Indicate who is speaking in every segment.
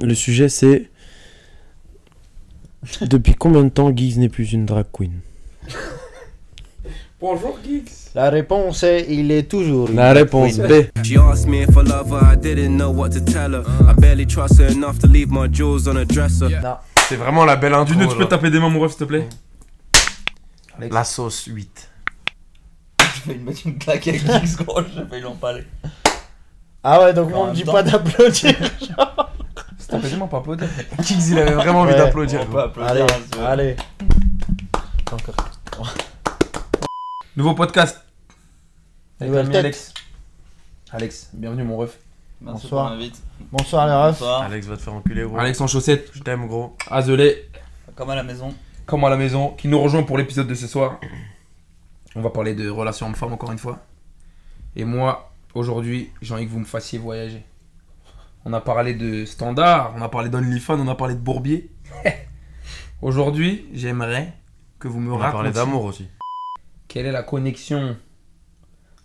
Speaker 1: Le sujet c'est. Depuis combien de temps Guise n'est plus une drag queen
Speaker 2: Bonjour Geeks.
Speaker 3: La réponse est il est toujours. une
Speaker 1: La réponse
Speaker 3: queen.
Speaker 1: B.
Speaker 4: She asked me if I love her, I didn't know what to tell her. I barely trust her enough to leave my jewels on a dresser.
Speaker 2: C'est vraiment la belle intro.
Speaker 5: Duno, Ah, tu peux
Speaker 2: là.
Speaker 5: taper des mains, mon ref, s'il te plaît
Speaker 2: La sauce 8.
Speaker 6: Je vais lui mettre une claque avec X, gros, je vais lui en parler.
Speaker 3: Ah ouais, donc
Speaker 6: En
Speaker 3: on ne
Speaker 6: même
Speaker 3: dit
Speaker 6: temps.
Speaker 3: pas d'applaudir.
Speaker 5: S'il te plaît, dis-moi pas applaudir.
Speaker 2: Kix, il avait vraiment envie
Speaker 3: Ouais.
Speaker 2: d'applaudir.
Speaker 6: On peut
Speaker 2: gros.
Speaker 3: allez,
Speaker 6: applaudir. hein, ce-
Speaker 3: allez.
Speaker 6: Encore.
Speaker 5: Nouveau podcast. Avec
Speaker 3: Nouvelle
Speaker 5: l'ami
Speaker 3: tête.
Speaker 5: Alex. Alex, bienvenue, mon ref.
Speaker 6: Merci
Speaker 3: Bonsoir.
Speaker 6: pour l'invite.
Speaker 3: Bonsoir les refs.
Speaker 6: Bonsoir.
Speaker 2: Alex va te faire enculer, gros.
Speaker 5: Alex en chaussettes,
Speaker 2: Je t'aime, gros.
Speaker 5: azelé,
Speaker 6: Comme à la maison.
Speaker 5: comme à la maison, qui nous rejoint pour l'épisode de ce soir. On va parler de relations hommes-femmes encore une fois. Et moi, aujourd'hui, j'ai envie que vous me fassiez voyager. On a parlé de standard, on a parlé d'OnlyFans, on a parlé de Bourbier. aujourd'hui, j'aimerais que vous me
Speaker 2: On va parler
Speaker 5: racontiez
Speaker 2: d'amour aussi.
Speaker 5: quelle est la connexion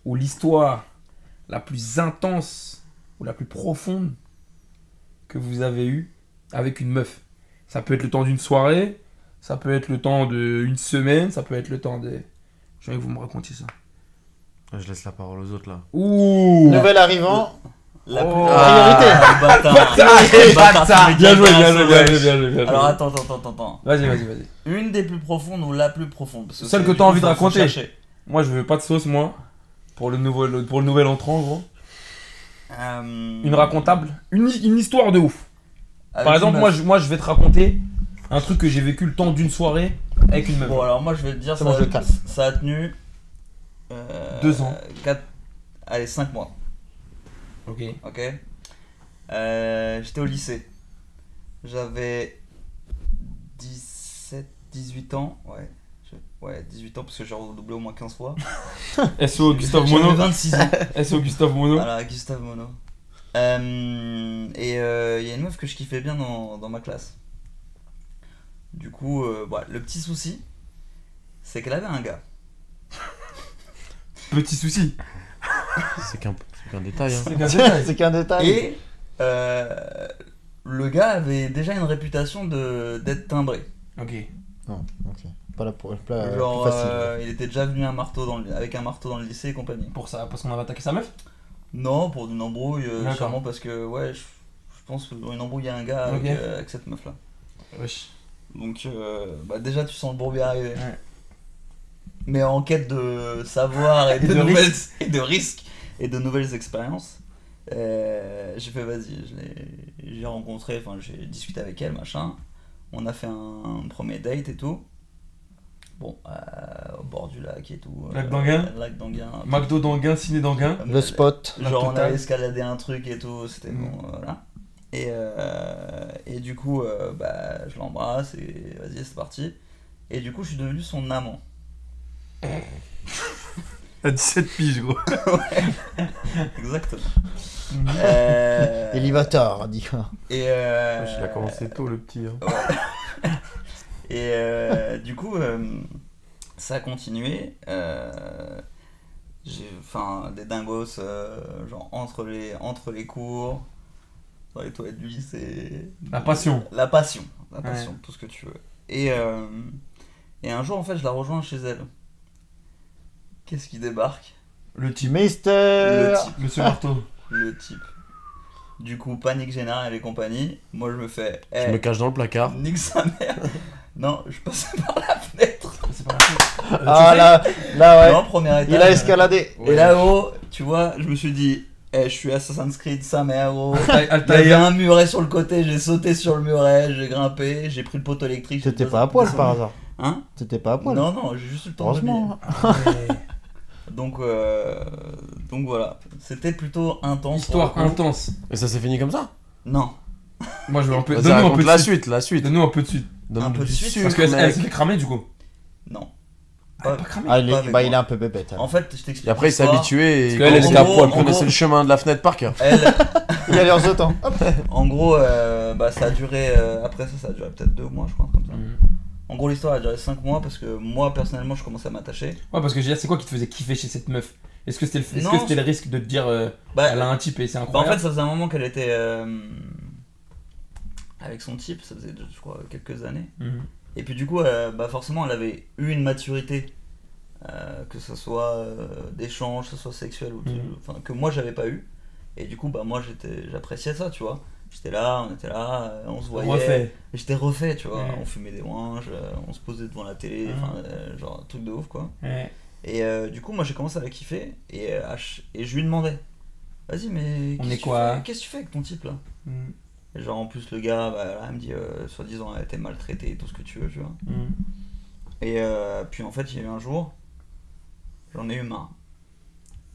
Speaker 5: ou l'histoire la plus intense ou la plus profonde que vous avez eue avec une meuf. Ça peut être le temps d'une soirée, ça peut être le temps d'une semaine, ça peut être le temps de... J'ai envie que vous me racontiez ça.
Speaker 2: Je laisse la parole aux autres là.
Speaker 5: Ouh
Speaker 3: Nouvel arrivant.
Speaker 6: La
Speaker 5: Oh.
Speaker 3: Priorité.
Speaker 6: le bâtard.
Speaker 5: Allez,
Speaker 6: Le bâtard,
Speaker 5: bâtard
Speaker 6: mais
Speaker 5: Bien joué, bien joué,
Speaker 6: dégueulasse,
Speaker 5: bien
Speaker 6: ouais.
Speaker 5: joué, bien joué, bien joué.
Speaker 6: Alors attends, attends, attends, attends.
Speaker 5: Vas-y, vas-y, vas-y.
Speaker 6: Une des plus profondes ou la plus profonde parce
Speaker 5: Celle
Speaker 6: c'est-
Speaker 5: que
Speaker 6: du
Speaker 5: t'as
Speaker 6: coup,
Speaker 5: envie de
Speaker 6: faut- faut
Speaker 5: raconter.
Speaker 6: chercher.
Speaker 5: Moi, je veux pas de sauce, moi. Pour le, nouveau, pour le nouvel entrant, gros.
Speaker 6: Euh,
Speaker 5: Une racontable. Une, une histoire de ouf.
Speaker 6: avec
Speaker 5: Par
Speaker 6: une
Speaker 5: exemple,
Speaker 6: meuf.
Speaker 5: moi je, moi je vais te raconter un truc que j'ai vécu le temps d'une soirée avec une meuf.
Speaker 6: Bon, alors moi je vais te dire,
Speaker 3: C'est
Speaker 6: ça,
Speaker 3: bon, je le casse.
Speaker 6: ça a tenu. euh,
Speaker 5: Deux ans.
Speaker 6: quatre- allez, 5 mois,
Speaker 5: Ok.
Speaker 6: ok Euh, J'étais au lycée. J'avais 17, 18 ans, ouais. je- Ouais, 18 ans parce que j'ai redoublé au moins 15 fois.
Speaker 5: SO Oh, Gustave
Speaker 6: J'avais
Speaker 5: Mono.
Speaker 6: 26 ans.
Speaker 5: SO Gustave Mono.
Speaker 6: Voilà, Gustave Mono. Euh, et euh, il y a une meuf que je kiffais bien dans, dans ma classe. Du coup, euh, bah, le petit souci, c'est qu'elle avait un gars.
Speaker 5: Petit souci.
Speaker 2: C'est qu'un c'est qu'un détail. hein.
Speaker 3: C'est qu'un détail.
Speaker 6: Et euh, le gars avait déjà une réputation de d'être timbré.
Speaker 5: Ok.
Speaker 3: Non, ok. Pas la pour pas la-
Speaker 6: Genre,
Speaker 3: plus facile.
Speaker 6: euh, il était déjà venu un marteau dans le- avec un marteau dans le lycée et compagnie.
Speaker 5: Pour ça, parce qu'on avait attaqué sa meuf
Speaker 6: Non, pour une embrouille, euh,
Speaker 5: D'accord.
Speaker 6: sûrement parce que, ouais, je, je pense que dans une embrouille, il y a un gars avec,
Speaker 5: Ok.
Speaker 6: euh, avec cette meuf-là.
Speaker 5: Wesh.
Speaker 6: Donc, euh, bah, déjà, tu sens le bourbier arriver.
Speaker 5: Ouais.
Speaker 6: Mais en quête de savoir et,
Speaker 5: Et
Speaker 6: de,
Speaker 5: de
Speaker 6: nouvelles, et de risques et de nouvelles expériences, euh, j'ai fait vas-y, je l'ai- j'ai rencontré, enfin j'ai discuté avec elle, machin. On a fait un, premier date et tout. Bon, euh, au bord du lac et tout. euh,
Speaker 5: Lac d'Anguin
Speaker 6: Lac d'Anguin.
Speaker 5: McDo d'Anguin, Ciné d'Anguin.
Speaker 3: Le spot.
Speaker 5: La
Speaker 6: Genre on
Speaker 5: totale.
Speaker 6: avait escaladé un truc et tout, c'était
Speaker 5: Mm.
Speaker 6: bon, voilà. Et, euh, et du coup, euh, bah, je l'embrasse et vas-y, c'est parti. Et du coup, je suis devenu son amant.
Speaker 2: À 17 piges, gros.
Speaker 6: Exactement. Mm.
Speaker 5: Mhm.
Speaker 6: Euh,
Speaker 3: Elevator, dit
Speaker 6: Et, euh,
Speaker 2: Il a commencé tôt, le petit. hein.
Speaker 6: et euh, du coup, euh, ça a continué. euh, j'ai enfin des dingos euh, genre entre les entre les cours dans les toilettes du lycée
Speaker 5: La passion.
Speaker 6: la passion la passion tout ce que tu veux et euh, et un jour en fait je la rejoins chez elle qu'est-ce qui débarque
Speaker 5: Le
Speaker 3: Tu
Speaker 5: type.
Speaker 3: Mister.
Speaker 2: Euh,
Speaker 6: le type
Speaker 5: Monsieur Marteau.
Speaker 6: le type du coup panique générale et compagnie moi je me fais
Speaker 2: Je
Speaker 6: eh,
Speaker 2: me cache dans le placard.
Speaker 6: Nique sa mère. Non, je passais par la fenêtre.
Speaker 5: C'est pas la faute.
Speaker 3: Ah là, là ouais.
Speaker 6: Non, première étage.
Speaker 3: Il a escaladé.
Speaker 6: Et là-haut, tu vois, je me suis dit, eh, je suis Assassin's Creed, sa mère, gros.
Speaker 5: Altaï-
Speaker 6: Il y avait
Speaker 5: Altaïa.
Speaker 6: un muret sur le côté, j'ai sauté sur le muret, j'ai grimpé, j'ai pris le poteau électrique. j'ai
Speaker 3: T'étais
Speaker 6: deux-
Speaker 3: pas à poil
Speaker 6: descendu.
Speaker 3: par hasard.
Speaker 6: Hein
Speaker 3: T'étais pas à poil.
Speaker 6: Non, non, j'ai juste eu le temps de m'habiller.
Speaker 3: Heureusement.
Speaker 6: Donc, euh, donc voilà, c'était plutôt intense. pour
Speaker 5: Histoire hein.
Speaker 6: le coup.
Speaker 5: intense.
Speaker 2: Et ça s'est fini comme ça
Speaker 6: Non,
Speaker 5: Moi je veux un peu.
Speaker 2: Vas-y,
Speaker 5: Donne-nous un peu
Speaker 2: raconte
Speaker 5: de
Speaker 2: la
Speaker 5: suite.
Speaker 2: suite, la suite.
Speaker 5: Donne-nous un peu de suite.
Speaker 2: Donne-nous
Speaker 6: un peu de
Speaker 2: du
Speaker 6: suite,
Speaker 2: sucre,
Speaker 5: Parce qu'elle elle
Speaker 2: mec.
Speaker 5: s'est fait cramer du coup.
Speaker 6: non.
Speaker 5: Elle est
Speaker 6: Pas-
Speaker 5: pas cramée.
Speaker 3: Ah, il
Speaker 6: Pas
Speaker 3: est,
Speaker 6: avec
Speaker 3: bah,
Speaker 6: moi.
Speaker 3: il est un peu bépête. hein.
Speaker 6: En fait, je t'explique.
Speaker 2: Et après, il s'est
Speaker 6: l'histoire.
Speaker 2: habitué et
Speaker 5: Parce qu'elle, elle
Speaker 2: connaissait
Speaker 5: était
Speaker 6: en
Speaker 2: à
Speaker 6: gros-
Speaker 2: poil,
Speaker 6: en
Speaker 2: connaissait
Speaker 6: gros-
Speaker 2: le chemin de la fenêtre par cœur.
Speaker 6: Elle,
Speaker 3: Il a l'air sautant.
Speaker 6: En gros, euh, bah, ça a duré. euh, après ça, ça a duré peut-être deux mois, je crois. un truc Comme ça.
Speaker 5: Mhm.
Speaker 6: En gros, l'histoire a duré cinq mois parce que moi, personnellement, je commençais à m'attacher.
Speaker 5: Ouais, parce que j'ai dit, c'est quoi qui te faisait kiffer chez cette meuf Est-ce que c'était le, est-ce
Speaker 6: Non,
Speaker 5: que c'était le risque de te dire euh,
Speaker 6: Bah,
Speaker 5: elle a un type et
Speaker 6: bah,
Speaker 5: c'est
Speaker 6: en
Speaker 5: incroyable
Speaker 6: fait, ça faisait un moment qu'elle était. euh, avec son type, ça faisait, je crois, quelques années.
Speaker 5: Hmm.
Speaker 6: Et puis du coup, euh, bah forcément, elle avait eu une maturité, euh, que ce soit euh, d'échange, que ce soit sexuel, ou de-
Speaker 5: Mhm.
Speaker 6: enfin, que moi j'avais pas eu. Et du coup, bah moi j'étais- j'appréciais ça, tu vois. J'étais là, on était là, euh, on se voyait.
Speaker 5: Refait.
Speaker 6: J'étais refait, tu vois.
Speaker 5: Mhm.
Speaker 6: On fumait des wanges, euh, on se posait devant la télé,
Speaker 5: Mhm.
Speaker 6: enfin, euh, genre un truc de ouf, quoi.
Speaker 5: Ouais.
Speaker 6: Et euh, du coup, moi j'ai commencé à la kiffer, et, euh, à ch- et je lui demandais, vas-y, mais
Speaker 5: On
Speaker 6: qu'est-ce
Speaker 5: est
Speaker 6: que
Speaker 5: quoi
Speaker 6: tu fais- qu'est-ce que tu fais avec ton type là
Speaker 5: Mhm.
Speaker 6: Et Genre en plus, le gars, bah, là, il me dit, euh, soi-disant, elle était maltraitée, tout ce que tu veux, tu vois.
Speaker 5: Mhm.
Speaker 6: Et euh, puis en fait, il y a eu un jour, j'en ai eu marre.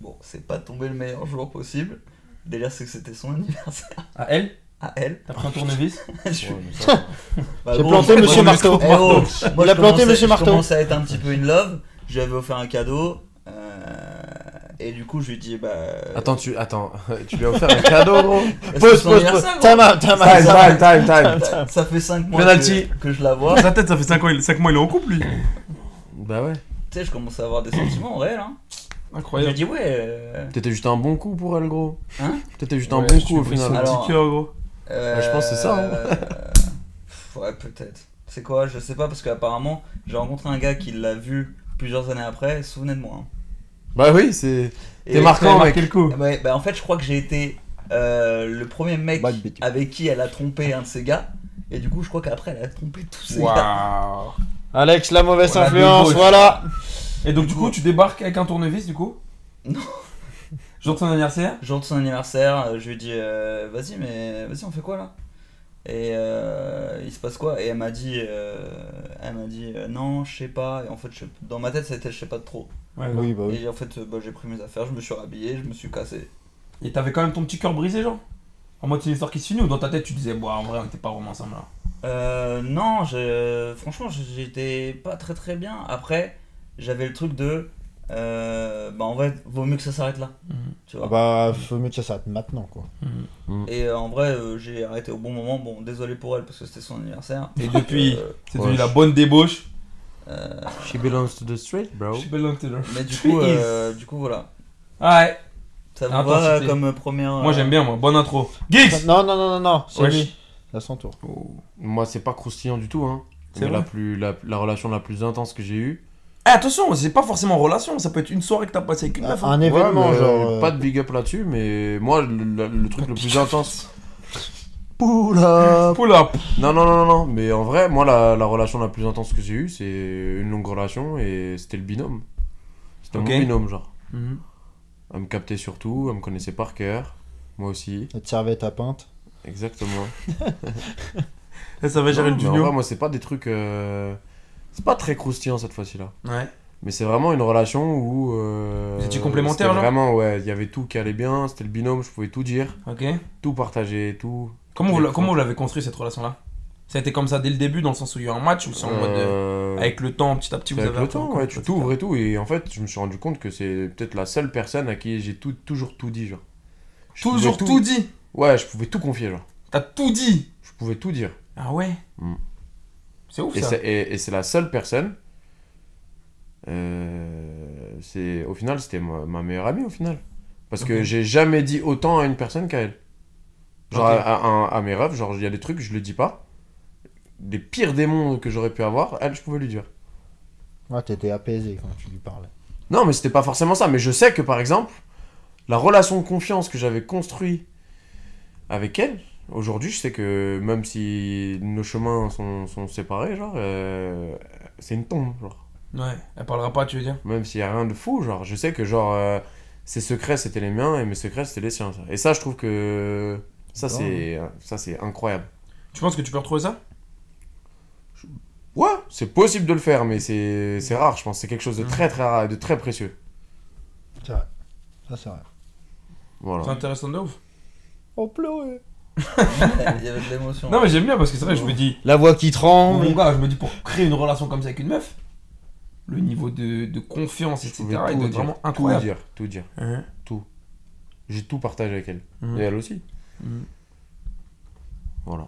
Speaker 6: Bon, c'est pas tombé le meilleur jour possible. Le Délire, c'est que c'était son anniversaire
Speaker 5: Ah, elle
Speaker 6: à elle.
Speaker 5: T'as pris un tournevis
Speaker 6: Je suis-
Speaker 3: Ouais, mais ça,
Speaker 6: bah,
Speaker 3: J'ai
Speaker 6: gros,
Speaker 3: planté
Speaker 6: moi,
Speaker 3: Monsieur
Speaker 6: je-
Speaker 3: Marteau.
Speaker 6: Eh oh, moi,
Speaker 3: Il a
Speaker 6: je
Speaker 3: planté
Speaker 6: commençais-
Speaker 3: Monsieur Marteau.
Speaker 6: Je commençais à être un petit peu in love. Je lui avais offert un cadeau. euh, et du coup, je lui ai dit, bah.
Speaker 2: Attends, tu, attends, tu lui as offert un cadeau, gros
Speaker 6: est-ce que
Speaker 3: Pause,
Speaker 6: son
Speaker 3: pause, pause.
Speaker 6: anniversaire, gros
Speaker 3: Time out, time out.
Speaker 2: Time, time, time, time
Speaker 6: Ça- Ça fait 5 mois
Speaker 2: Penalty.
Speaker 6: que, que je la vois.
Speaker 7: Dans sa tête, ça fait 5 mois, 5 mois il est en couple lui.
Speaker 2: Bah ouais.
Speaker 6: tu sais, je commence à avoir des sentiments réels. Hein. Je lui ai
Speaker 7: Incroyable.
Speaker 6: dit, ouais. euh,
Speaker 2: T'étais juste un bon coup pour elle, gros.
Speaker 6: Hein
Speaker 2: T'étais juste un
Speaker 7: Ouais,
Speaker 2: bon
Speaker 7: je
Speaker 2: coup au
Speaker 7: suis brisé
Speaker 2: final.
Speaker 7: le
Speaker 6: Alors-
Speaker 7: petit cœur, gros.
Speaker 6: Euh,
Speaker 2: Bah, je pense que c'est ça, hein.
Speaker 6: euh, pff, euh, ouais, peut-être. C'est quoi Je sais pas, parce qu'apparemment, j'ai rencontré un gars qui l'a vu plusieurs années après. Souvenez de moi. hein.
Speaker 2: Bah oui, c'est.
Speaker 6: Et-
Speaker 2: T'es marquant, mec.
Speaker 7: Quel coup
Speaker 6: Ouais, bah, en fait, je crois que j'ai été euh, le premier mec
Speaker 3: Bad bitch.
Speaker 6: avec qui elle a trompé un de ses gars. Et du coup, je crois qu'après, elle a trompé tous ses gars.
Speaker 5: Waouh
Speaker 3: Alex, la mauvaise
Speaker 5: On a
Speaker 3: influence,
Speaker 5: débauché.
Speaker 3: voilà.
Speaker 5: Et donc, du coup, tu débarques avec un tournevis, du coup
Speaker 6: Non.
Speaker 5: Jour de son anniversaire
Speaker 6: Jour de son anniversaire, euh, je lui ai dit euh, Vas-y, mais vas-y, on fait quoi là Et euh, il se passe quoi Et elle m'a dit, euh, elle m'a dit euh, Non, je sais pas. Et en fait, je- dans ma tête, c'était Je sais pas trop.
Speaker 5: Ouais,
Speaker 3: Oui, bah oui.
Speaker 6: Et en fait, euh, bah, j'ai pris mes affaires, je me suis rhabillé, je me suis cassé.
Speaker 5: Et t'avais quand même ton petit cœur brisé, genre En mode, c'est une histoire qui se finit ou dans ta tête, tu disais, bah, en vrai, on était pas vraiment ensemble là
Speaker 6: Euh, non, je- franchement, j- j'étais pas très très bien. Après, j'avais le truc de. euh, bah, en vrai, vaut mieux que ça s'arrête là. Tu vois.
Speaker 3: Ah bah, faut mieux que ça s'arrête maintenant, quoi.
Speaker 6: Et euh, en vrai, euh, j'ai arrêté au bon moment. Bon, désolé pour elle parce que c'était son anniversaire.
Speaker 5: Et depuis,
Speaker 6: Euh,
Speaker 5: c'est
Speaker 2: ouais,
Speaker 5: devenu la
Speaker 2: je-
Speaker 5: bonne débauche.
Speaker 2: She belongs to the street, bro.
Speaker 5: Je suis belle dans
Speaker 6: mais du coup,
Speaker 5: Please.
Speaker 6: euh, du coup, voilà.
Speaker 5: Ah Ouais,
Speaker 6: Ça vous
Speaker 5: Intensité.
Speaker 6: va euh, comme première. euh,
Speaker 5: moi j'aime bien, moi. Bonne intro. Geeks
Speaker 3: Non, non, non, non, non, c'est
Speaker 5: Wesh.
Speaker 3: lui. À son tour.
Speaker 2: Moi, c'est pas croustillant du tout, hein.
Speaker 5: C'est
Speaker 2: Mais
Speaker 5: vrai
Speaker 2: la, plus, la, la relation la plus intense que j'ai eue.
Speaker 5: Eh, attention, c'est pas forcément relation, ça peut être une soirée que t'as passée avec une meuf. hein.
Speaker 3: Un événement,
Speaker 2: Ouais, mais,
Speaker 3: genre.
Speaker 2: euh,
Speaker 3: euh,
Speaker 2: Pas de big up là-dessus, mais moi, le, le- le truc le plus intense. Poula
Speaker 5: Pull up.
Speaker 2: Non, non, non, non, non, mais en vrai, moi, la, la relation la plus intense que j'ai eue, c'est une longue relation et c'était le binôme. C'était
Speaker 5: Ok.
Speaker 2: mon binôme, genre. Elle me captait surtout, elle me connaissait par cœur. Moi aussi,
Speaker 3: Elle te servait ta pinte.
Speaker 2: exactement.
Speaker 7: Elle savait gérer
Speaker 2: Non,
Speaker 7: le
Speaker 2: mais en vrai,
Speaker 7: junior.
Speaker 2: moi, c'est pas des trucs. euh, C'est pas très croustillant cette fois-ci-là.
Speaker 5: Ouais.
Speaker 2: Mais c'est vraiment une relation où. euh,
Speaker 5: Vous étiez complémentaires,
Speaker 2: c'était
Speaker 5: genre
Speaker 2: Vraiment, ouais. Il y avait tout qui allait bien, c'était le binôme, je pouvais tout dire,
Speaker 5: Ok.
Speaker 2: tout partager, tout.
Speaker 5: Comment vous, la- comment vous l'avez construit cette relation là Ça a été comme ça dès le début, dans le sens où il y a eu un match ou c'est en mode. euh,
Speaker 2: Euh,
Speaker 5: Avec le temps, petit à petit, vous
Speaker 2: avec
Speaker 5: avez
Speaker 2: le
Speaker 5: appris
Speaker 2: temps,
Speaker 5: encore,
Speaker 2: ouais, tu
Speaker 5: etc.
Speaker 2: t'ouvres et tout. Et en fait, je me suis rendu compte que c'est peut-être la seule personne à qui j'ai tout, toujours tout dit, genre. Je pouvais
Speaker 5: Toujours tout dit
Speaker 2: Ouais, je pouvais tout confier, genre.
Speaker 5: T'as tout dit
Speaker 2: Je pouvais tout dire.
Speaker 5: Ah ouais
Speaker 2: Mm.
Speaker 5: C'est ouf
Speaker 2: Et
Speaker 5: ça
Speaker 2: c'est- Et et c'est la seule personne. euh, c'est au final, c'était ma, ma meilleure amie au final. Parce que
Speaker 5: Ok.
Speaker 2: j'ai jamais dit autant à une personne qu'à elle. Genre
Speaker 5: Ok.
Speaker 2: à, à- à mes rêves, genre il y a des trucs je le dis pas. Des pires démons que j'aurais pu avoir, elle je pouvais lui dire.
Speaker 3: Ouais, t'étais apaisé quand tu lui parlais.
Speaker 2: Non, mais c'était pas forcément ça. Mais je sais que par exemple, la relation de confiance que j'avais construite avec elle, aujourd'hui, je sais que même si nos chemins sont, sont séparés, genre, euh, c'est une tombe, genre.
Speaker 5: Ouais, elle parlera pas, tu veux dire
Speaker 2: Même s'il n'y a rien de fou, genre, je sais que genre, euh, ses secrets c'était les miens et mes secrets c'était les siens. ça. Et ça, je trouve que ça
Speaker 3: Bon.
Speaker 2: c'est ça c'est incroyable.
Speaker 5: Tu penses que tu peux retrouver ça
Speaker 2: Ouais, c'est possible de le faire, mais c'est c'est rare, je pense. C'est quelque chose de
Speaker 3: Mm.
Speaker 2: très très rare, et de très précieux.
Speaker 3: C'est vrai. Ça, c'est vrai.
Speaker 5: C'est
Speaker 2: Voilà.
Speaker 5: intéressant de ouf.
Speaker 3: Oh, pleurer.
Speaker 6: Il y avait de l'émotion.
Speaker 5: Non, mais j'aime bien parce que c'est vrai, je me dis,
Speaker 3: La voix qui
Speaker 5: mon
Speaker 3: tremble.
Speaker 5: gars, je me dis pour créer une relation comme ça avec une meuf, le niveau de, de confiance, etc.,
Speaker 2: pouvais
Speaker 5: il
Speaker 2: tout
Speaker 5: doit être
Speaker 2: dire,
Speaker 5: vraiment
Speaker 2: Tout
Speaker 5: incroyable.
Speaker 2: dire, tout dire.
Speaker 3: Uh-huh.
Speaker 5: Hein
Speaker 2: J'ai tout partagé avec elle.
Speaker 5: Mhm.
Speaker 3: Mm.
Speaker 2: Et elle aussi.
Speaker 5: Mhm.
Speaker 2: Voilà.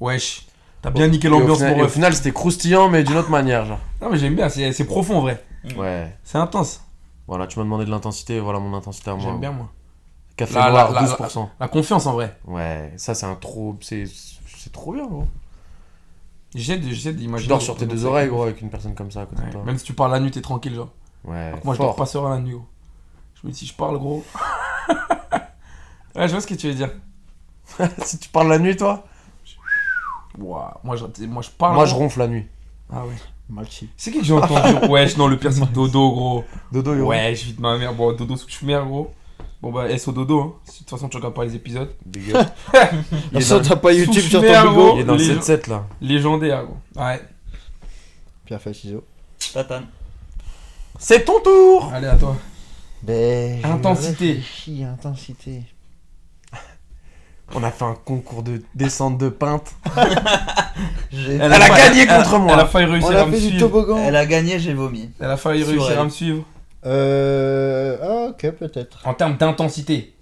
Speaker 5: Wesh, t'as bien niqué
Speaker 2: Et au
Speaker 5: l'ambiance
Speaker 2: final,
Speaker 5: pour
Speaker 2: et au
Speaker 5: eux.
Speaker 2: final, c'était croustillant, mais d'une autre manière, genre.
Speaker 5: Non, mais j'aime bien, c'est c'est profond en vrai.
Speaker 2: Ouais.
Speaker 5: C'est intense.
Speaker 2: Voilà, tu m'as demandé de l'intensité, voilà mon intensité à moi.
Speaker 5: J'aime bien, moi.
Speaker 2: Café
Speaker 5: Là, là,
Speaker 2: noir,
Speaker 5: là, là.
Speaker 2: 12%.
Speaker 5: La confiance en vrai.
Speaker 2: Ouais, ça c'est un trop. C'est c'est trop bien, gros.
Speaker 5: J'essaie de- j'essaie
Speaker 2: Tu
Speaker 5: d'imaginer.
Speaker 2: dors sur tes deux
Speaker 5: Ouais.
Speaker 2: oreilles, gros, avec une personne comme ça à côté de
Speaker 5: Ouais.
Speaker 2: toi.
Speaker 5: Même si tu parles la nuit, t'es tranquille, genre.
Speaker 2: Ouais,
Speaker 5: Moi, je
Speaker 2: fort.
Speaker 5: dors pas serein la nuit, gros. Je me dis, si je parle, gros. ouais, je vois ce que tu veux dire.
Speaker 2: si tu parles la nuit, toi
Speaker 5: Ouah, Moi, je, moi, je parle.
Speaker 2: Moi, je
Speaker 5: gros.
Speaker 2: ronfle la nuit.
Speaker 5: Ah ouais. Ah
Speaker 3: Maxi.
Speaker 5: C'est qui que j'ai entendu Wesh, non, le pire, c'est Dodo, gros.
Speaker 2: Dodo, il ronfle.
Speaker 5: Ouais, je vis de ma mère. Bon, Dodo, sous que mère, gros. Bon, bah, S au Dodo, hein. De toute façon, tu regardes pas les épisodes.
Speaker 2: Dégueulasse.
Speaker 5: Il est
Speaker 3: Ça,
Speaker 5: dans-
Speaker 3: t'as pas YouTube sur
Speaker 5: Souche-mer,
Speaker 3: ton
Speaker 5: gros.
Speaker 3: bigo
Speaker 2: Il est dans le
Speaker 5: Les-
Speaker 2: 7-7 là.
Speaker 5: Légendaire, gros. Ouais.
Speaker 3: Pierre fait ciseaux.
Speaker 6: Tatane.
Speaker 2: C'est ton tour
Speaker 5: Allez, à toi.
Speaker 3: Ben, je
Speaker 5: Intensité.
Speaker 3: réfléchis, intensité.
Speaker 2: On a fait un concours de descente de pinte.
Speaker 6: J'ai-
Speaker 2: Elle a
Speaker 5: failli-
Speaker 2: gagné
Speaker 5: elle a-
Speaker 2: contre moi.
Speaker 5: Elle a failli
Speaker 3: On
Speaker 5: réussir à
Speaker 3: a
Speaker 5: me
Speaker 3: fait du
Speaker 5: suivre.
Speaker 3: toboggan.
Speaker 6: Elle a gagné, j'ai vomi.
Speaker 5: Elle a failli
Speaker 6: Sur
Speaker 5: réussir à
Speaker 6: elle.
Speaker 5: me suivre.
Speaker 3: Euh. ah, ok, peut-être.
Speaker 5: En termes d'intensité.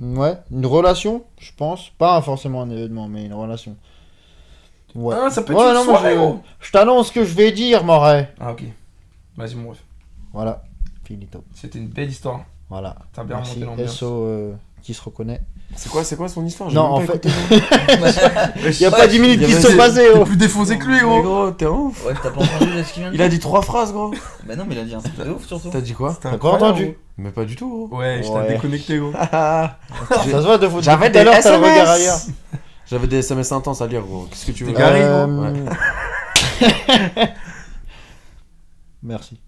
Speaker 3: Ouais, une relation, je pense. Pas forcément un événement, mais une relation. Ouais.
Speaker 5: Ah, ça peut être
Speaker 3: Ouais,
Speaker 5: une
Speaker 3: non, mais
Speaker 5: soirée,
Speaker 3: je-
Speaker 5: gros.
Speaker 3: Je t'annonce ce que je vais dire, Moret.
Speaker 5: Ah, ok. Vas-y, mon ref.
Speaker 3: Voilà, finito.
Speaker 5: C'était une belle histoire.
Speaker 3: Voilà.
Speaker 5: T'as bien
Speaker 3: Merci,
Speaker 5: remonté l'ambiance.
Speaker 3: SO euh, qui se reconnaît.
Speaker 2: C'est quoi, c'est quoi son histoire J'ai
Speaker 3: Non,
Speaker 2: même
Speaker 3: en
Speaker 2: pas
Speaker 3: fait,
Speaker 2: écouté.
Speaker 3: il n'y a pas 10 minutes
Speaker 2: il y
Speaker 3: qui se
Speaker 2: avait-
Speaker 3: sont passées.
Speaker 7: T'es
Speaker 3: oh.
Speaker 7: plus défoncé que lui,
Speaker 2: Mais
Speaker 7: gros.
Speaker 2: gros, t'es un ouf.
Speaker 6: Ouais, t'as pas entendu là, ce qu'il vient de
Speaker 2: Il a dit trois phrases, gros.
Speaker 6: dire Bah non, mais il a dit un truc de ouf surtout.
Speaker 2: T'as dit quoi
Speaker 3: T'as pas entendu
Speaker 2: Mais pas du tout, gros.
Speaker 7: Ouais, je t'ai
Speaker 3: Ouais.
Speaker 7: déconnecté, gros.
Speaker 3: Ça se voit de fou. depuis
Speaker 2: J'avais
Speaker 3: tout à
Speaker 2: des
Speaker 3: l'heure, t'as le regard ailleurs.
Speaker 2: SMS J'avais des SMS intenses à lire, gros. Qu'est-ce que tu veux
Speaker 7: Des gars. Gary,
Speaker 3: Euh,
Speaker 2: gros.
Speaker 3: Merci.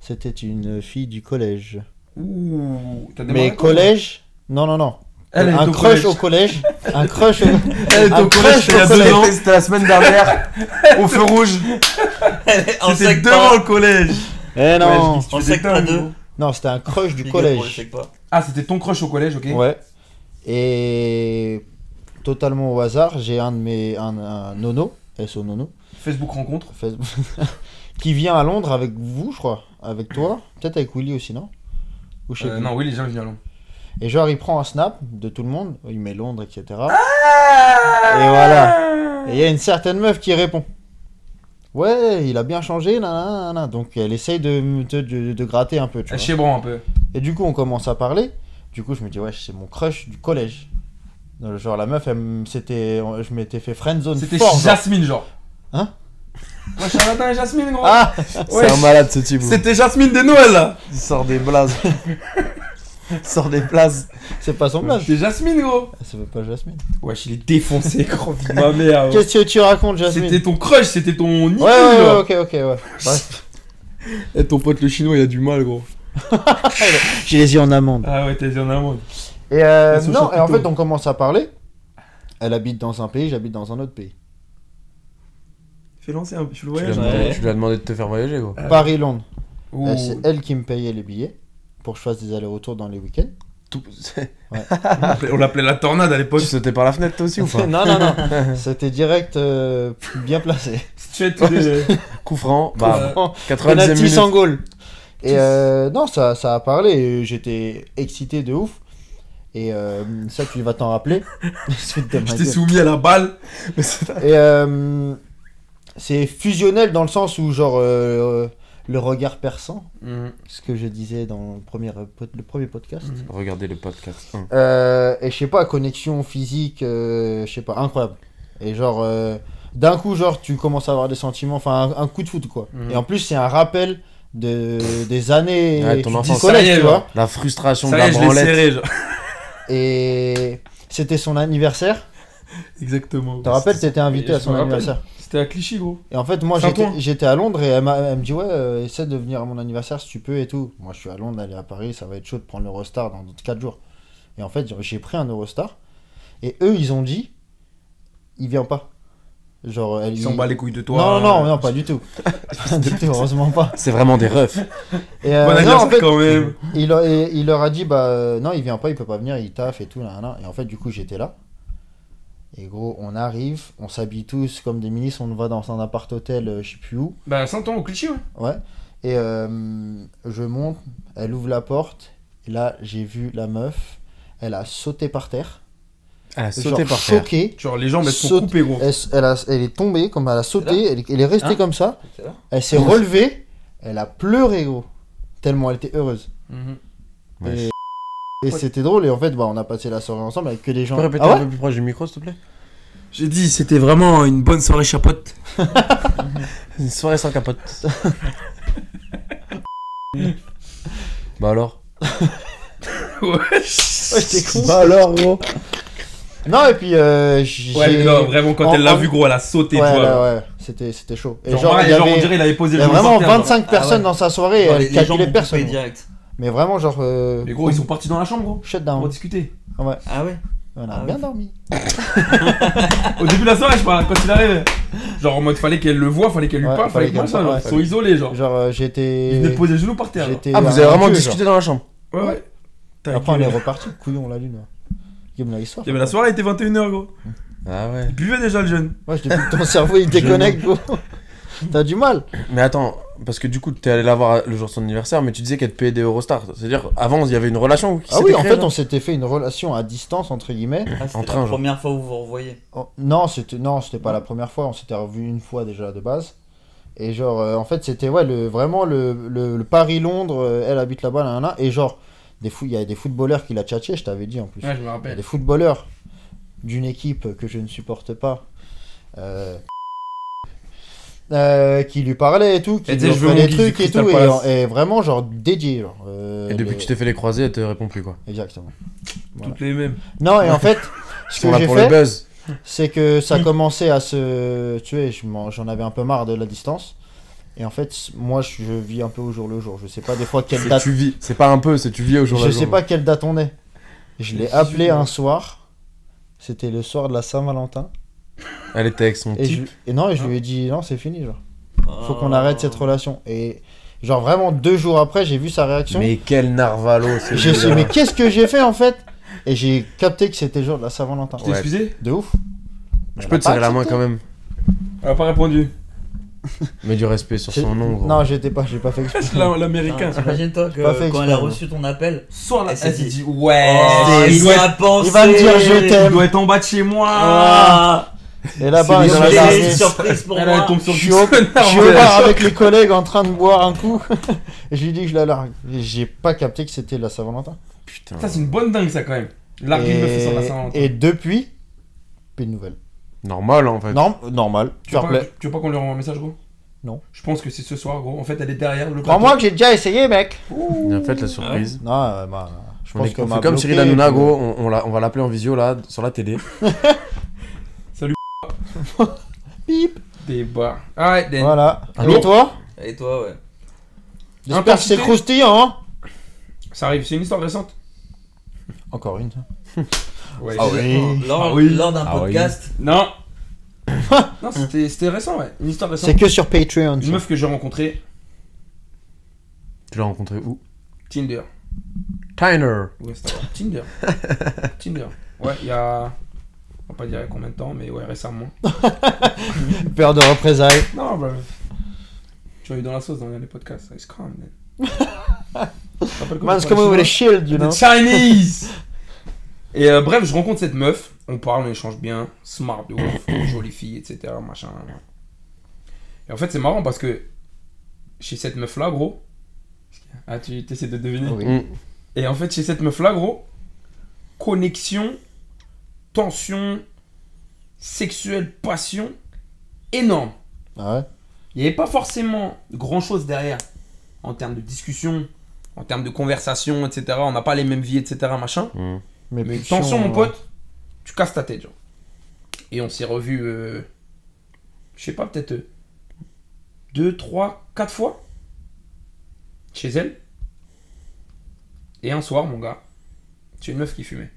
Speaker 3: C'était une fille du collège.
Speaker 5: Ouh, t'as démarré
Speaker 3: Mais collège Non, non, non.
Speaker 5: Elle est
Speaker 3: un
Speaker 5: au
Speaker 3: crush
Speaker 5: collège.
Speaker 3: au collège. Un crush au
Speaker 7: Elle était
Speaker 3: un
Speaker 7: au collège,
Speaker 3: crush
Speaker 7: c'était il y a deux
Speaker 3: au collège.
Speaker 7: ans.
Speaker 2: C'était la semaine dernière, au feu rouge.
Speaker 6: En
Speaker 7: C'était
Speaker 6: sec
Speaker 7: devant
Speaker 6: pas.
Speaker 7: le collège.
Speaker 3: Eh non
Speaker 7: Ouais, je dis-
Speaker 6: En
Speaker 7: C'était
Speaker 6: sec pas
Speaker 7: dingue,
Speaker 6: deux.
Speaker 7: gros.
Speaker 3: Non, c'était un crush du
Speaker 6: Big up pour le
Speaker 3: collège.
Speaker 6: sec pas.
Speaker 5: Ah, c'était ton crush au collège, ok
Speaker 3: Ouais. Et totalement au hasard, j'ai un de mes. Un, un nono, SO nono,
Speaker 5: Facebook rencontre.
Speaker 3: Facebook, qui vient à Londres avec vous, je crois. Avec toi. Peut-être avec Willy aussi, non Ou je sais
Speaker 5: Euh,
Speaker 3: plus.
Speaker 5: non, oui, les gens viennent à Londres.
Speaker 3: Et genre, il prend un snap de tout le monde. Il met Londres, etc.
Speaker 5: Ah
Speaker 3: et voilà. Et il y a une certaine meuf qui répond. Ouais, il a bien changé, nanana, nanana. Donc elle essaye de, me- de, de- de gratter un peu, tu
Speaker 5: Elle
Speaker 3: vois.
Speaker 5: chébran Eh, un peu.
Speaker 3: Et du coup, on commence à parler. Du coup, je me dis, ouais, c'est mon crush du collège. Dans le Genre, la meuf, elle me- c'était, je m'étais fait friendzone
Speaker 5: C'était
Speaker 3: fort. genre.
Speaker 5: Jasmine, genre.
Speaker 3: Hein
Speaker 5: Ouais, Charlatan et Jasmine, gros.
Speaker 3: Ah
Speaker 2: C'est un malade ce type.
Speaker 7: C'était Jasmine de Noël, là.
Speaker 2: Il sort des blazes. Il sort des blazes.
Speaker 3: C'est pas son blague.
Speaker 5: C'était Jasmine, gros.
Speaker 3: Ça veut pas Jasmine.
Speaker 5: Wesh, il est défoncé, gros. vie de ma
Speaker 7: Euh,
Speaker 5: mère. gros.
Speaker 3: Qu'est-ce que tu racontes, Jasmine
Speaker 5: C'était ton crush, c'était ton idole,
Speaker 3: Ouais, ouais, ouais,
Speaker 5: genre.
Speaker 3: ok, ok, ouais. Bref,
Speaker 7: Et Eh, ton pote le chinois, il a du mal, gros.
Speaker 3: j'ai les yeux en amande.
Speaker 5: Ah ouais, t'es en amende.
Speaker 3: Et euh,
Speaker 7: Elles sont
Speaker 3: non, et en
Speaker 7: chapiteaux.
Speaker 3: fait, on commence à parler. Elle habite dans un pays, j'habite dans un autre pays.
Speaker 7: Fais lancer un peu le
Speaker 2: Tu lui, as
Speaker 7: voyage.
Speaker 6: l'as-
Speaker 2: demandé,
Speaker 6: ouais.
Speaker 2: tu lui as demandé de te faire voyager, gros.
Speaker 3: Paris-Londres.
Speaker 5: Ouh.
Speaker 3: Euh, c'est elle qui me payait les billets pour que je fasse des allers-retours dans les week-ends.
Speaker 2: Tout...
Speaker 5: On l'appelait- On l'appelait la tornade à
Speaker 2: tu
Speaker 5: l'époque.
Speaker 2: sautais par la fenêtre, toi aussi, ou pas
Speaker 3: non, non, non. C'était direct euh, bien placé.
Speaker 5: Straight to the-
Speaker 2: Coup franc, bah,
Speaker 3: Franc.
Speaker 2: 90
Speaker 3: Penalty
Speaker 2: minutes.
Speaker 3: sans goal. Et euh, non, ça, ça a parlé. et J'étais excité de ouf. Et euh, ça, tu vas t'en rappeler. Suite de ma
Speaker 7: Je t'ai
Speaker 3: gueule.
Speaker 7: soumis à la balle.
Speaker 3: Et euh, c'est fusionnel dans le sens où, genre, euh, le regard perçant,
Speaker 5: Mhm.
Speaker 3: ce que je disais dans le premier, euh, pod- le premier podcast.
Speaker 5: Mhm.
Speaker 2: Regardez le podcast 1.
Speaker 3: Euh, et je sais pas, connexion physique, euh, je sais pas, incroyable. Et genre, euh, d'un coup, genre, tu commences à avoir des sentiments, enfin, un, un coup de foot, quoi.
Speaker 5: Mhm.
Speaker 3: Et en plus, c'est un rappel de, des années
Speaker 2: Ouais, ton
Speaker 3: du
Speaker 2: enfance.
Speaker 3: collège,
Speaker 5: Ça y est,
Speaker 3: tu vois.
Speaker 2: La frustration
Speaker 5: Ça
Speaker 2: de
Speaker 5: y
Speaker 2: la
Speaker 5: est, je l'ai
Speaker 2: branlette.
Speaker 5: serré, genre.
Speaker 3: Et c'était son anniversaire.
Speaker 7: Exactement.
Speaker 3: Tu te rappelles, t'étais invité
Speaker 5: je
Speaker 3: à son
Speaker 5: me rappelle.
Speaker 3: anniversaire.
Speaker 5: C'était un cliché, gros.
Speaker 3: Et en fait, moi,
Speaker 5: Saint-Ouen.
Speaker 3: j'étais- j'étais à Londres et elle, m'a- elle me dit, ouais, euh, essaie de venir à mon anniversaire si tu peux et tout. Moi, je suis à Londres, elle est à Paris, ça va être chaud de prendre l'Eurostar dans 4 jours. Et en fait, j'ai pris un Eurostar et eux, ils ont dit, il vient pas. Genre, elle
Speaker 5: Ils s'en bat les couilles de toi. euh,
Speaker 3: Non, non, non, non, pas du tout. Pas du tout, heureusement pas.
Speaker 2: C'est vraiment des refs.
Speaker 3: Et euh,
Speaker 5: Bon
Speaker 3: non, en
Speaker 5: anniversaire,
Speaker 3: fait,
Speaker 5: quand même.
Speaker 3: il, leur- et- il leur a dit, bah euh, non, il vient pas, il peut pas venir, il taffe et tout. nan, nan. Et en fait, du coup, j'étais là. Et gros, on arrive, on s'habille tous comme des ministres, on va dans un appart-hôtel, euh, je sais plus où.
Speaker 5: Bah, 100 ans au cliché, ouais.
Speaker 3: Ouais. Et euh, je monte, elle ouvre la porte. Et là, j'ai vu la meuf. Elle a sauté par terre.
Speaker 2: Elle a
Speaker 3: Genre
Speaker 2: sauté par terre.
Speaker 3: Choquée.
Speaker 5: Genre, les jambes, elles sont
Speaker 3: Saute.
Speaker 5: coupées, gros.
Speaker 3: Elle, s- elle a- elle est tombée, comme elle a sauté. Elle, est- elle est restée
Speaker 6: Hein
Speaker 3: comme ça.
Speaker 6: C'est là
Speaker 3: Elle s'est relevée. Elle a pleuré, gros. Tellement elle était heureuse.
Speaker 5: Mhm.
Speaker 2: Ouais.
Speaker 3: Et, et c'était drôle. Et en fait, bah, on a passé la soirée ensemble avec que des
Speaker 2: Tu
Speaker 3: gens.
Speaker 2: peux répéter un
Speaker 3: Ah ouais
Speaker 2: peu plus proche du micro, s'il te plaît
Speaker 7: J'ai dit, c'était vraiment une bonne soirée chapote.
Speaker 1: Une soirée sans capote. bah alors
Speaker 5: Ouais,
Speaker 3: t'es con.
Speaker 1: Bah alors, gros
Speaker 3: Non, et puis. euh, j'ai-
Speaker 5: ouais, non, vraiment, quand
Speaker 3: en-
Speaker 5: elle l'a
Speaker 3: en-
Speaker 5: vu, gros, elle a sauté,
Speaker 3: Ouais,
Speaker 5: tu vois.
Speaker 3: ouais, ouais, c'était c'était chaud. Et
Speaker 5: Genre,
Speaker 3: genre,
Speaker 5: ouais,
Speaker 3: il y
Speaker 5: genre, on
Speaker 3: avait-
Speaker 5: dirait il avait
Speaker 3: il
Speaker 5: posé
Speaker 3: y
Speaker 5: le
Speaker 3: a
Speaker 5: genou sur
Speaker 3: vraiment
Speaker 5: terre, genre.
Speaker 3: 25
Speaker 6: Ah
Speaker 3: personnes
Speaker 6: ouais.
Speaker 3: dans sa soirée et
Speaker 6: Genre,
Speaker 3: elle calculait
Speaker 6: m'ont
Speaker 3: personne.
Speaker 6: coupé direct.
Speaker 3: Mais vraiment, genre. Euh,
Speaker 5: Mais gros, ils sont partis dans la chambre, gros.
Speaker 3: shut
Speaker 5: Pour
Speaker 3: down.
Speaker 5: discuter.
Speaker 6: Ah ouais
Speaker 3: On
Speaker 6: Ah
Speaker 3: a
Speaker 6: ouais.
Speaker 3: bien dormi.
Speaker 5: Au début de la soirée, je parle, quand il arrive. Genre, en mode, fallait qu'elle le voie, fallait qu'elle lui
Speaker 3: Ouais,
Speaker 5: parle,
Speaker 3: fallait
Speaker 5: fallait qu'elle
Speaker 3: qu'elle
Speaker 5: ça.
Speaker 3: parle,
Speaker 5: genre.
Speaker 3: ouais,
Speaker 5: Ils sont
Speaker 3: fallait-
Speaker 5: isolés, genre.
Speaker 3: Genre, euh, j'ai été.
Speaker 5: Ils venaient poser le genou par terre. genre.
Speaker 3: j'étais
Speaker 1: Ah, vous
Speaker 3: un
Speaker 2: bah,
Speaker 1: avez vraiment
Speaker 3: vieux,
Speaker 1: discuté dans la chambre
Speaker 5: Ouais, ouais.
Speaker 3: genre. Après, on est reparti, couillon, la lune. Guillaume, la histoire.
Speaker 5: Il y avait la soirée, il était 21h, gros.
Speaker 1: Ah ouais.
Speaker 5: Il buvait déjà le jeune.
Speaker 3: Ouais, depuis que ton cerveau il déconnecte, gros. T'as du mal.
Speaker 1: Mais attends, parce que du coup, t'es allé la voir le jour de son anniversaire, mais tu disais qu'elle te payait des Eurostars. C'est-à-dire, avant, il y avait une relation qui
Speaker 3: Ah oui,
Speaker 1: s'était
Speaker 3: en
Speaker 1: créée,
Speaker 3: fait,
Speaker 1: là
Speaker 3: on s'était fait une relation à distance, entre guillemets.
Speaker 6: Ah,
Speaker 1: En
Speaker 6: C'était
Speaker 1: train,
Speaker 6: la
Speaker 1: genre.
Speaker 6: première fois où vous vous revoyez.
Speaker 3: Oh, Non, c'était non, c'était pas la première fois. On s'était revu une fois déjà de base. Et genre, euh, en fait, c'était ouais, le, vraiment le, le, le Paris-Londres. euh, elle habite là-bas, là, là, là. Et genre, des fou- il y a des footballeurs qui l'a tchatché, je t'avais dit en plus.
Speaker 5: Ouais, je me
Speaker 3: Il y a
Speaker 5: rappelle.
Speaker 3: des footballeurs d'une équipe que je ne supporte pas. euh, euh, qui lui parlait et tout, qui
Speaker 5: Elle
Speaker 3: lui
Speaker 5: disait, Je veux
Speaker 3: offrait
Speaker 5: mon
Speaker 3: des
Speaker 5: Guy du
Speaker 3: trucs et
Speaker 5: Crystal
Speaker 3: tout, et,
Speaker 5: Palace.
Speaker 3: et vraiment genre dédié. Genre, euh,
Speaker 1: Et depuis
Speaker 3: les-
Speaker 1: que tu t'es fait les croiser, elle te répond plus, quoi.
Speaker 3: Exactement. voilà.
Speaker 5: Toutes les mêmes.
Speaker 3: Non, et en fait,
Speaker 1: Ils
Speaker 3: ce
Speaker 1: sont
Speaker 3: que
Speaker 1: là
Speaker 3: j'ai
Speaker 1: pour le
Speaker 3: fait,
Speaker 1: buzz.
Speaker 3: c'est que
Speaker 1: Mm.
Speaker 3: ça commençait à se tuer. je m'en- J'en avais un peu marre de la distance. Et en fait, moi, je je vis un peu au jour le jour. Je sais pas des fois quelle
Speaker 1: C'est
Speaker 3: date.
Speaker 1: tu vis. C'est pas un peu, c'est tu vis au jour
Speaker 3: Je
Speaker 1: le
Speaker 3: sais
Speaker 1: jour.
Speaker 3: pas quelle date on est. Je l'ai appelé un soir. C'était le soir de la Saint-Valentin.
Speaker 1: Elle était avec son
Speaker 3: Et,
Speaker 1: type.
Speaker 3: je- et non, et
Speaker 1: Ah.
Speaker 3: je lui ai dit non, c'est fini. Genre, faut qu'on
Speaker 6: Oh.
Speaker 3: arrête cette relation. Et genre vraiment deux jours après, j'ai vu sa réaction.
Speaker 1: Mais quel narvalo, c'est
Speaker 3: J'ai su, mais qu'est-ce que j'ai fait en fait Et j'ai capté que c'était le jour de la Saint-Valentin.
Speaker 5: Tu t'es
Speaker 1: Ouais.
Speaker 5: excusé
Speaker 3: De ouf.
Speaker 1: Je
Speaker 3: Elle
Speaker 1: peux
Speaker 3: a
Speaker 1: te serrer
Speaker 3: pas
Speaker 1: la main
Speaker 3: accepté.
Speaker 1: quand même.
Speaker 5: Elle a pas répondu.
Speaker 1: Mais du respect sur
Speaker 3: J'ai-
Speaker 1: son nom, gros.
Speaker 3: Non, j'étais pas, j'ai pas fait exprès.
Speaker 5: Là, L'américain.
Speaker 6: Putain,
Speaker 2: Ah,
Speaker 6: T'imagines-toi
Speaker 3: Pas fait
Speaker 6: que quand elle a
Speaker 3: exprès,
Speaker 6: reçu ton appel,
Speaker 5: Sors là,
Speaker 6: Elle s'est
Speaker 5: elle s'est
Speaker 6: dit,
Speaker 5: dit ouais.
Speaker 6: Oh,
Speaker 5: il,
Speaker 6: il,
Speaker 5: doit
Speaker 6: va penser.
Speaker 3: il va me dire je
Speaker 5: être, il
Speaker 3: t'aime.
Speaker 5: doit être en bas de chez moi.
Speaker 6: Ah,
Speaker 3: Et là-bas,
Speaker 1: C'est
Speaker 3: ils
Speaker 6: il
Speaker 3: ont
Speaker 1: dans la
Speaker 6: a
Speaker 1: dernière.
Speaker 6: une
Speaker 3: gardé.
Speaker 6: surprise pour
Speaker 5: Elle elle
Speaker 6: moi.
Speaker 5: tombe sur
Speaker 3: Je
Speaker 5: du
Speaker 3: suis au- Je suis au bar
Speaker 5: connard.
Speaker 3: avec les collègues en train de boire un coup et je lui dis que je la largue. Et J'ai pas capté que c'était la Saint-Valentin.
Speaker 1: Putain.
Speaker 5: Ça, c'est une bonne dingue, ça, quand même. Larguer une meuf et
Speaker 3: Et...
Speaker 5: sur la Saint-Valentin.
Speaker 3: et depuis, plus de nouvelles.
Speaker 1: Normal, en fait.
Speaker 3: Non, normal.
Speaker 5: Tu veux,
Speaker 3: Fair
Speaker 5: pas,
Speaker 3: play.
Speaker 5: tu tu veux pas qu'on lui renvoie un message, gros
Speaker 3: Non.
Speaker 5: Je pense que c'est ce soir, gros. En fait, elle est derrière le
Speaker 3: Crois-moi que j'ai déjà essayé, mec.
Speaker 1: Et en fait, la surprise.
Speaker 3: Non, euh, bah, je
Speaker 1: On,
Speaker 3: pense
Speaker 1: est,
Speaker 3: que
Speaker 1: on
Speaker 3: m'a
Speaker 1: fait comme
Speaker 3: bloqué,
Speaker 1: Cyril Hanouna,
Speaker 3: puis- euh,
Speaker 1: gros. On, on la- on va l'appeler en visio, là, sur la télé.
Speaker 3: Bip.
Speaker 5: Des bars. Alright, then.
Speaker 3: Voilà.
Speaker 5: Allô
Speaker 3: Et toi
Speaker 6: Et toi, ouais.
Speaker 3: J'espère que c'est
Speaker 5: Intensité.
Speaker 3: croustillant, hein
Speaker 5: Ça arrive, c'est une histoire récente.
Speaker 3: Encore une.
Speaker 5: Ouais.
Speaker 3: Ah oui.
Speaker 6: Lors,
Speaker 5: Ah oui.
Speaker 6: lors d'un
Speaker 1: Ah oui.
Speaker 6: podcast,
Speaker 5: Non. non, c'était c'était récent, ouais. Une histoire récente.
Speaker 3: C'est que sur Patreon.
Speaker 5: Une
Speaker 3: ça.
Speaker 5: meuf que j'ai rencontrée,
Speaker 1: Tu l'as rencontré où
Speaker 5: Tinder.
Speaker 1: Tyner.
Speaker 5: Ouais, c'est un- Tinder. Tinder. Ouais, il y a. On va pas dire il y a combien de temps, mais ouais, récemment.
Speaker 3: Peur de représailles.
Speaker 5: Non, bah. Tu m'as eu dans la sauce dans les podcasts. It's calm, man. Tu te rappelles quand
Speaker 3: Man's
Speaker 5: je parlais
Speaker 3: coming with a
Speaker 5: chinois
Speaker 3: shield, you know.
Speaker 5: The Chinese Et euh, bref, je rencontre cette meuf. On parle, on échange bien. Smart de ouf. jolie fille, etc. Machin. Et en fait, c'est marrant parce que chez cette meuf-là, gros. Ah, tu essaies de deviner
Speaker 3: Oui.
Speaker 1: Mm.
Speaker 5: et en fait, chez cette meuf-là, gros, connexion, tension, sexuelle, passion, énorme.
Speaker 3: Ah ouais
Speaker 5: Il n'y avait pas forcément grand-chose derrière en termes de discussion, en termes de conversation, etc. On n'a pas les mêmes vies, etc. Machin. Mais
Speaker 3: putain,
Speaker 5: tension, mon
Speaker 3: ouais.
Speaker 5: pote, tu casses ta tête, genre. Et on s'est revus, euh, je sais pas, peut-être euh, deux, trois, quatre fois chez elle. Et un soir, mon gars, c'est une meuf qui fumait.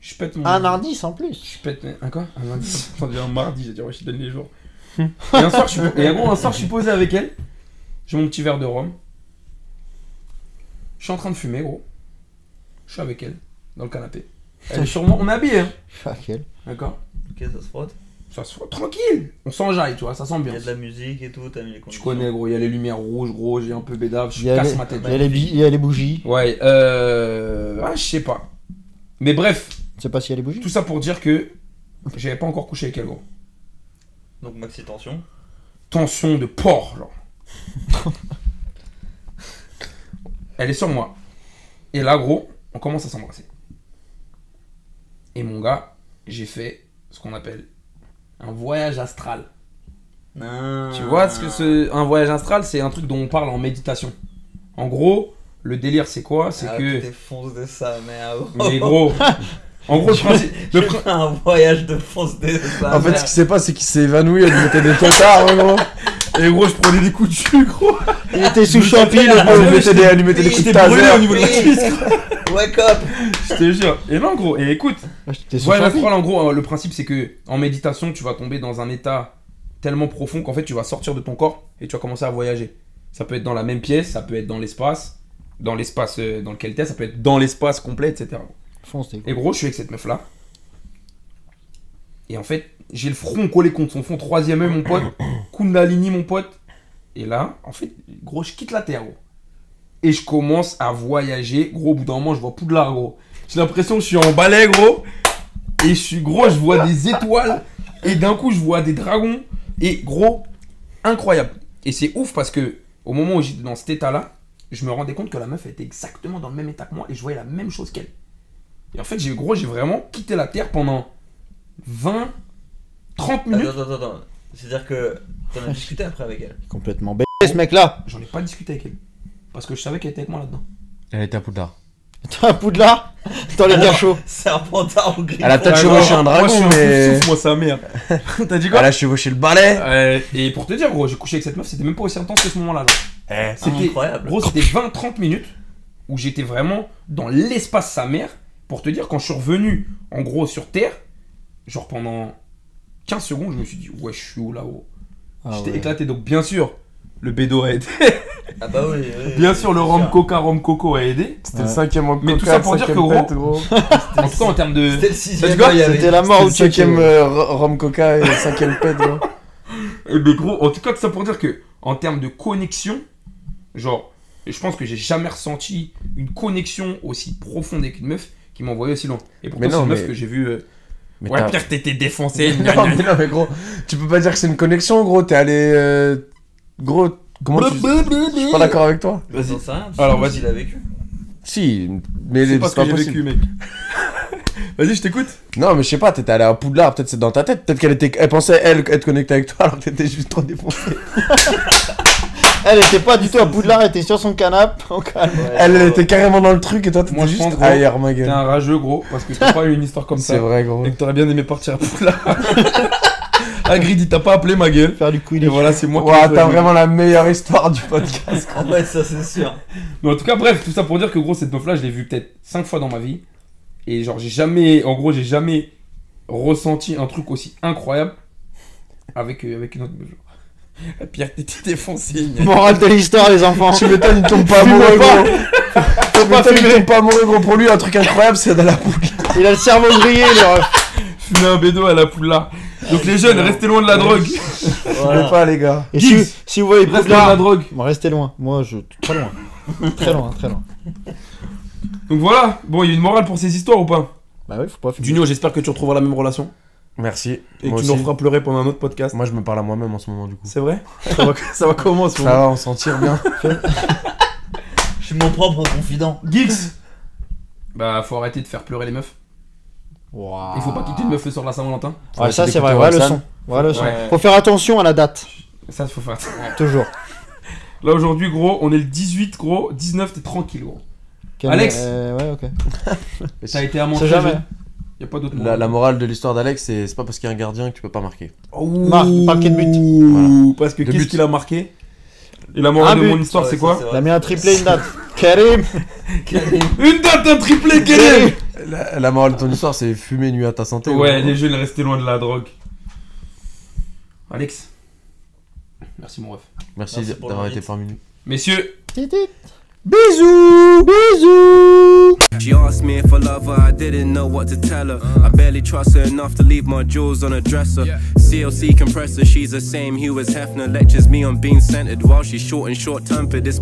Speaker 5: Je pète mon.
Speaker 3: Un indice en plus.
Speaker 5: Je pète. Un quoi Un indice Attendez, un mardi, j'ai dit, ouais, je te donne les jours. et un soir, je suis, et gros, un soir, je suis posé avec elle. J'ai mon petit verre de rhum. Je suis en train de fumer, gros. Je suis avec elle, dans le canapé. Elle est sûrement. On est habillés, hein.
Speaker 3: Ah, quel.
Speaker 5: D'accord
Speaker 6: ok, ça se frotte.
Speaker 5: Ça se tranquille On s'enjaille, tu vois, ça sent
Speaker 6: Il
Speaker 5: bien.
Speaker 6: y a de la musique et tout, t'as mis les
Speaker 5: Tu
Speaker 6: conditions.
Speaker 5: connais, gros, il y a les lumières rouges, gros, j'ai un peu bédave, je
Speaker 3: Il y, a
Speaker 5: casse
Speaker 3: les-
Speaker 5: ma tête.
Speaker 3: il y a les bi- il y a les bougies.
Speaker 5: Ouais, euh. Ah, je sais pas. Mais bref,
Speaker 3: Je sais pas s'il y a les bougies.
Speaker 5: tout ça pour dire que j'avais pas encore couché avec elle, gros.
Speaker 6: Donc, maxi tension.
Speaker 5: Tension de porc, genre. Elle est sur moi. Et là, gros, on commence à s'embrasser. Et mon gars, j'ai fait ce qu'on appelle un voyage astral.
Speaker 6: Non.
Speaker 5: Tu vois ce que ce, un voyage astral, c'est un truc dont on parle en méditation. En gros, le délire c'est quoi C'est
Speaker 6: Ah,
Speaker 5: que
Speaker 6: t'es fonce de ça, merde.
Speaker 5: mais gros. en gros, le principe-
Speaker 6: J'ai fait un voyage de fonce de ça.
Speaker 2: En fait, ce qui s'est passé, c'est qu'il s'est évanoui, il mettait des tocards, ouais, gros. Et gros, je prenais des coups de jus, gros.
Speaker 3: Il était sous
Speaker 2: Tant pis,
Speaker 3: champignon.
Speaker 2: le gros, il mettait des- il lui mettait des
Speaker 6: Oui,
Speaker 2: coups de
Speaker 6: j'étais brûlé
Speaker 2: taser.
Speaker 6: au niveau de la cuisse, Wake up.
Speaker 5: je te jure. Et non, gros, et écoute,
Speaker 3: Ah, J'étais sous
Speaker 5: voyage
Speaker 3: champignon.
Speaker 5: astral, en gros, euh, le principe c'est que en méditation, tu vas tomber dans un état tellement profond qu'en fait, tu vas sortir de ton corps et tu vas commencer à voyager. Ça peut être dans la même pièce, ça peut être dans l'espace, dans l'espace euh, dans lequel t'es, ça peut être dans l'espace complet, etc.
Speaker 3: Fonce, t'es
Speaker 5: Et gros, je suis avec cette meuf là. Et en fait, j'ai le front collé contre son front, troisième œil, mon pote, Kundalini, mon pote. Et là, en fait, gros, je quitte la terre, gros. Et je commence à voyager, gros. Au bout d'un moment, je vois Poudlard, gros. J'ai l'impression que je suis en balai, gros. Et je suis gros, je vois des étoiles. Et d'un coup, je vois des dragons. Et gros, incroyable. Et c'est ouf parce que, au moment où j'étais dans cet état-là, je me rendais compte que la meuf était exactement dans le même état que moi et je voyais la même chose qu'elle. Et en fait, j'ai gros, j'ai vraiment quitté la Terre pendant 20, 30 minutes.
Speaker 6: Attends, attends, attends. C'est-à-dire que t'en as discuté après avec elle.
Speaker 3: complètement bête. ce mec-là
Speaker 5: J'en ai pas discuté avec elle. Parce que je savais qu'elle était avec moi là-dedans.
Speaker 2: Elle était à Poudlard.
Speaker 3: T'as un poudlard dans les gars chauds.
Speaker 6: Serpentard ou griffon.
Speaker 2: Elle a peut-être chevauché un
Speaker 5: moi, je suis
Speaker 2: dragon,
Speaker 5: un fou de
Speaker 2: mais.
Speaker 5: souffle, moi, sa mère. T'as dit
Speaker 2: Elle
Speaker 5: quoi
Speaker 2: a chevauché le balai.
Speaker 5: Euh, Et pour te dire, gros, j'ai couché avec cette meuf, c'était même pas aussi intense que ce moment-là. genre.
Speaker 2: Eh.
Speaker 5: C'était
Speaker 6: Incroyable.
Speaker 5: Gros, c'était 20-30 minutes où j'étais vraiment dans l'espace sa mère. Pour te dire, quand je suis revenu, en gros, sur Terre, genre pendant 15 secondes, je me suis dit, ouais, je suis où là-haut
Speaker 2: Ah
Speaker 3: Ah
Speaker 5: J'étais éclaté, donc bien sûr, le bédo a aidé.
Speaker 6: Ah bah oui, oui, oui.
Speaker 5: Bien sûr, le rhum coca, rhum coco a aidé.
Speaker 2: C'était le cinquième en
Speaker 5: Mais tout
Speaker 2: coca,
Speaker 5: ça pour dire
Speaker 2: cinquième
Speaker 5: que, gros,
Speaker 2: pète, gros.
Speaker 5: En tout cas, en termes de.
Speaker 6: C'était le sixième.
Speaker 5: Let's go,
Speaker 6: il y avait-
Speaker 3: Eh ben, C'était la mort
Speaker 2: C'était
Speaker 3: ou
Speaker 2: le cinquième euh, ro- rhum coca et le cinquième pète, gros.
Speaker 5: Mais Eh ben, gros, en tout cas, tout ça pour dire que, en termes de connexion, genre, je pense que j'ai jamais ressenti une connexion aussi profonde avec une meuf qui m'envoyait aussi loin. Et pourtant,
Speaker 2: Mais
Speaker 5: c'est
Speaker 2: non,
Speaker 5: une meuf
Speaker 2: mais-
Speaker 5: que j'ai vue. euh,
Speaker 2: Mais
Speaker 5: ouais,
Speaker 2: t'as-
Speaker 5: pire, t'étais défoncé. gna,
Speaker 2: non,
Speaker 5: gna,
Speaker 2: mais non, mais gros, tu peux pas dire que c'est une connexion, gros. T'es allé. euh, Gros, comment tu. Je suis pas d'accord avec toi.
Speaker 6: Vas-y. J'en sais rien, tu
Speaker 5: Alors,
Speaker 6: sais
Speaker 5: vas-y.
Speaker 6: s'il a vécu.
Speaker 2: Si, mais
Speaker 7: C'est
Speaker 2: c'est
Speaker 7: pas
Speaker 2: pas,
Speaker 7: ce que j'ai
Speaker 2: possible.
Speaker 7: vécu, mec. Vas-y, je t'écoute.
Speaker 2: Non, mais je sais pas, t'étais allé à Poudlard, peut-être c'est dans ta tête. Peut-être qu'elle était... elle pensait, elle, être connectée avec toi alors que t'étais juste trop
Speaker 7: Euh,
Speaker 2: défoncé.
Speaker 3: Elle était pas du tout à Poudlard, elle était sur son canapé. en calme.
Speaker 6: Ouais,
Speaker 2: Elle,
Speaker 6: ouais.
Speaker 2: elle était carrément dans le truc et toi, t'étais
Speaker 5: Moi, je
Speaker 2: juste
Speaker 5: pense, gros,
Speaker 2: ailleurs, ma
Speaker 5: T'es
Speaker 2: gueule.
Speaker 5: un rageux, gros, parce que t'as pas eu une histoire comme
Speaker 2: C'est
Speaker 5: ça.
Speaker 2: vrai, gros.
Speaker 7: Et que t'aurais bien aimé partir à Poula. Hagrid, il t'a pas appelé, ma gueule.
Speaker 3: Faire du quidditch.
Speaker 7: Et voilà, c'est moi
Speaker 2: Ouah,
Speaker 7: qui.
Speaker 2: t'as vraiment la meilleure histoire du podcast.
Speaker 6: Ah ouais, ça c'est sûr.
Speaker 5: Mais en tout cas, bref, tout ça pour dire que, gros, cette meuf-là, je l'ai vue peut-être 5 fois dans ma vie. Et genre, j'ai jamais. En gros, j'ai jamais ressenti un truc aussi incroyable avec, euh, avec une autre meuf. genre.
Speaker 7: Pierre, t'étais défoncé. gna.
Speaker 3: Morale de l'histoire, les enfants.
Speaker 2: tu m'étonnes, il tombe pas
Speaker 3: Fume
Speaker 2: amoureux,
Speaker 3: pas.
Speaker 2: gros. Tu m'étonnes, il tombe pas amoureux, gros. Pour lui, un truc incroyable, c'est d'aller à Poudlard.
Speaker 3: Il a le cerveau grillé, le ref.
Speaker 5: Fumer un bédo à la poule là. Donc les jeunes, restez loin de la drogue.
Speaker 2: Je voulais
Speaker 6: Voilà.
Speaker 2: pas, les gars.
Speaker 3: Et si, si vous voyez
Speaker 5: Restez loin de la
Speaker 3: Poudlard,
Speaker 5: drogue.
Speaker 3: bon, restez loin. Moi, je. Très loin. très loin, très loin.
Speaker 5: Donc voilà. Bon, il y a une morale pour ces histoires ou pas
Speaker 3: Bah oui, faut pas fumer.
Speaker 7: Junio, j'espère que tu retrouveras la même relation.
Speaker 2: Merci.
Speaker 7: Et
Speaker 2: Moi
Speaker 7: que tu nous
Speaker 2: aussi.
Speaker 7: feras pleurer pendant un autre podcast.
Speaker 2: Moi, je me parle à moi-même en ce moment, du coup.
Speaker 7: C'est vrai ça, va, ça va comment en ce
Speaker 2: Ça
Speaker 7: moment
Speaker 2: va, on s'en tire bien.
Speaker 6: Je suis mon propre confident.
Speaker 5: Geeks Bah, faut arrêter de faire pleurer les meufs.
Speaker 3: Ouah.
Speaker 5: Il faut pas quitter une meuf le soir de la Saint-Valentin.
Speaker 3: Ouais, ça, c'est vrai.
Speaker 2: Faut
Speaker 3: Vraie
Speaker 2: arrêter
Speaker 3: leçon. Vraie leçon.
Speaker 5: Ouais.
Speaker 3: Faut faire attention à la date.
Speaker 5: Ça, faut faire ça.
Speaker 3: Toujours.
Speaker 5: Là, aujourd'hui, gros, on est le 18, gros. 19, t'es tranquille, gros.
Speaker 3: Quel-
Speaker 5: Alex.
Speaker 3: euh, Ouais, ok.
Speaker 5: Ça a été à
Speaker 3: C'est
Speaker 5: manger.
Speaker 3: jamais.
Speaker 5: Y a pas d'autre mot.
Speaker 2: La, la morale de l'histoire d'Alex, c'est c'est pas parce qu'il y a un gardien que tu peux pas marquer.
Speaker 3: Marc, marqué de but.
Speaker 7: Ouh, Parce que
Speaker 2: De
Speaker 7: qu'est-ce
Speaker 2: but.
Speaker 7: qu'il a marqué Et la morale
Speaker 3: Un
Speaker 7: de mon
Speaker 3: but.
Speaker 7: histoire,
Speaker 6: Ouais,
Speaker 7: c'est
Speaker 6: ça,
Speaker 7: quoi
Speaker 3: Il a
Speaker 6: vrai.
Speaker 3: mis un triplé, une date. Karim
Speaker 5: Une date, un triplé, Kelly
Speaker 2: La, la morale de ton histoire, c'est fumer nuit à ta santé.
Speaker 5: Ouais,
Speaker 2: gros.
Speaker 5: les jeunes, restez loin de la drogue. Alex. Merci, mon ref.
Speaker 2: Merci,
Speaker 6: Merci pour
Speaker 2: d'avoir
Speaker 6: le
Speaker 2: été
Speaker 6: invite.
Speaker 2: parmi nous.
Speaker 5: Messieurs,
Speaker 3: Titit.
Speaker 2: Bisous Bisous
Speaker 4: She asked me if I love her, I didn't know what to tell her. I barely trust her enough to leave my jewels on a dresser. CLC compressor, she's the same hue as Hefner. Lectures me on being centered while she's short and short tempered. It's